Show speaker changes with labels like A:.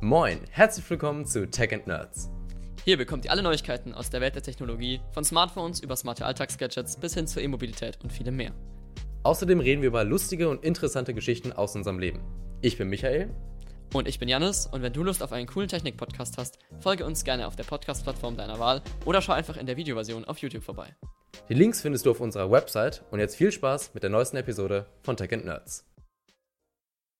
A: Moin, herzlich willkommen zu Tech and Nerds.
B: Hier bekommt ihr alle Neuigkeiten aus der Welt der Technologie, von Smartphones über smarte Alltagsgadgets bis hin zur E-Mobilität und vielem mehr.
A: Außerdem reden wir über lustige und interessante Geschichten aus unserem Leben. Ich bin Michael.
B: Und ich bin Janis und wenn du Lust auf einen coolen Technik-Podcast hast, folge uns gerne auf der Podcast-Plattform deiner Wahl oder schau einfach in der Videoversion auf YouTube vorbei.
A: Die Links findest du auf unserer Website und jetzt viel Spaß mit der neuesten Episode von Tech and Nerds.